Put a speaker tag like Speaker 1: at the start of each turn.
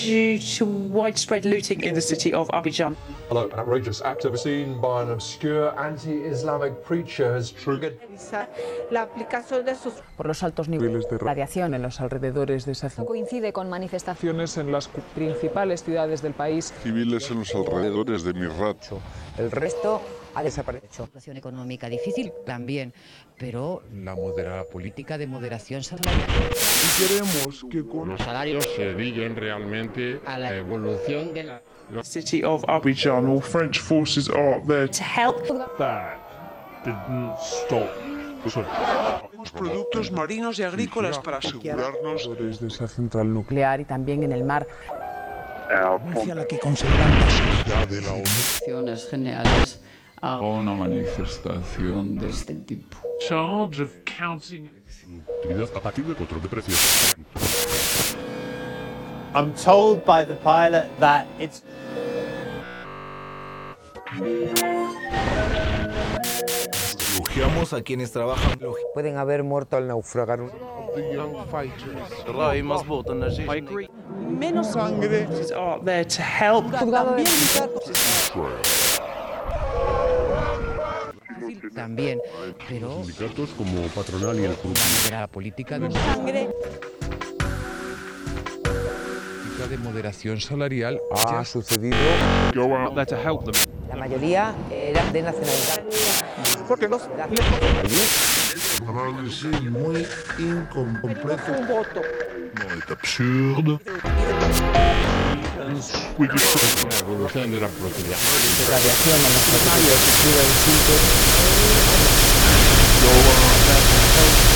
Speaker 1: due to widespread looting in the city of Abidjan.
Speaker 2: Hello, an outrageous act ever seen by an obscure anti-Islamic preacher has triggered
Speaker 3: La aplicación de sus
Speaker 4: por los altos niveles de radiación en los alrededores de esa ciudad.
Speaker 5: Coincide con manifestaciones
Speaker 4: en las principales ciudades del país.
Speaker 6: civiles en los alrededores de Mirat.
Speaker 7: El resto ha desaparecido.
Speaker 8: situación económica difícil también, pero
Speaker 9: La moderada política de moderación salarial.
Speaker 6: Y queremos que con
Speaker 9: Los salarios se dediquen realmente a la evolución de la...
Speaker 1: The city of Abidjan
Speaker 10: John, well, French forces are up there.
Speaker 1: to help
Speaker 10: That didn't stop.
Speaker 6: productos marinos y agrícolas para asegurarnos
Speaker 4: Desde esa central nuclear y también en el mar.
Speaker 7: la que consideramos
Speaker 6: de la
Speaker 8: acciones generales a
Speaker 6: Una manifestación de
Speaker 8: este tipo.
Speaker 10: Charge of counting.
Speaker 6: actividad a partir del control de precios.
Speaker 11: I'm told by the pilot that it's
Speaker 12: Elogiamos a quienes trabajan.
Speaker 7: pueden haber muerto al naufragar.
Speaker 1: menos forces are there to help
Speaker 9: También, pero
Speaker 6: Sindicatos como patronal y el club.
Speaker 9: la moderada política de... Sangre. de moderación salarial
Speaker 7: Ha sucedido. La mayoría eran de nacionalidad. Porque los
Speaker 6: Análisis muy incompleto. Es absurdo.
Speaker 9: la evolución de la propiedad.
Speaker 7: radiación en los escenarios sufrido insultos.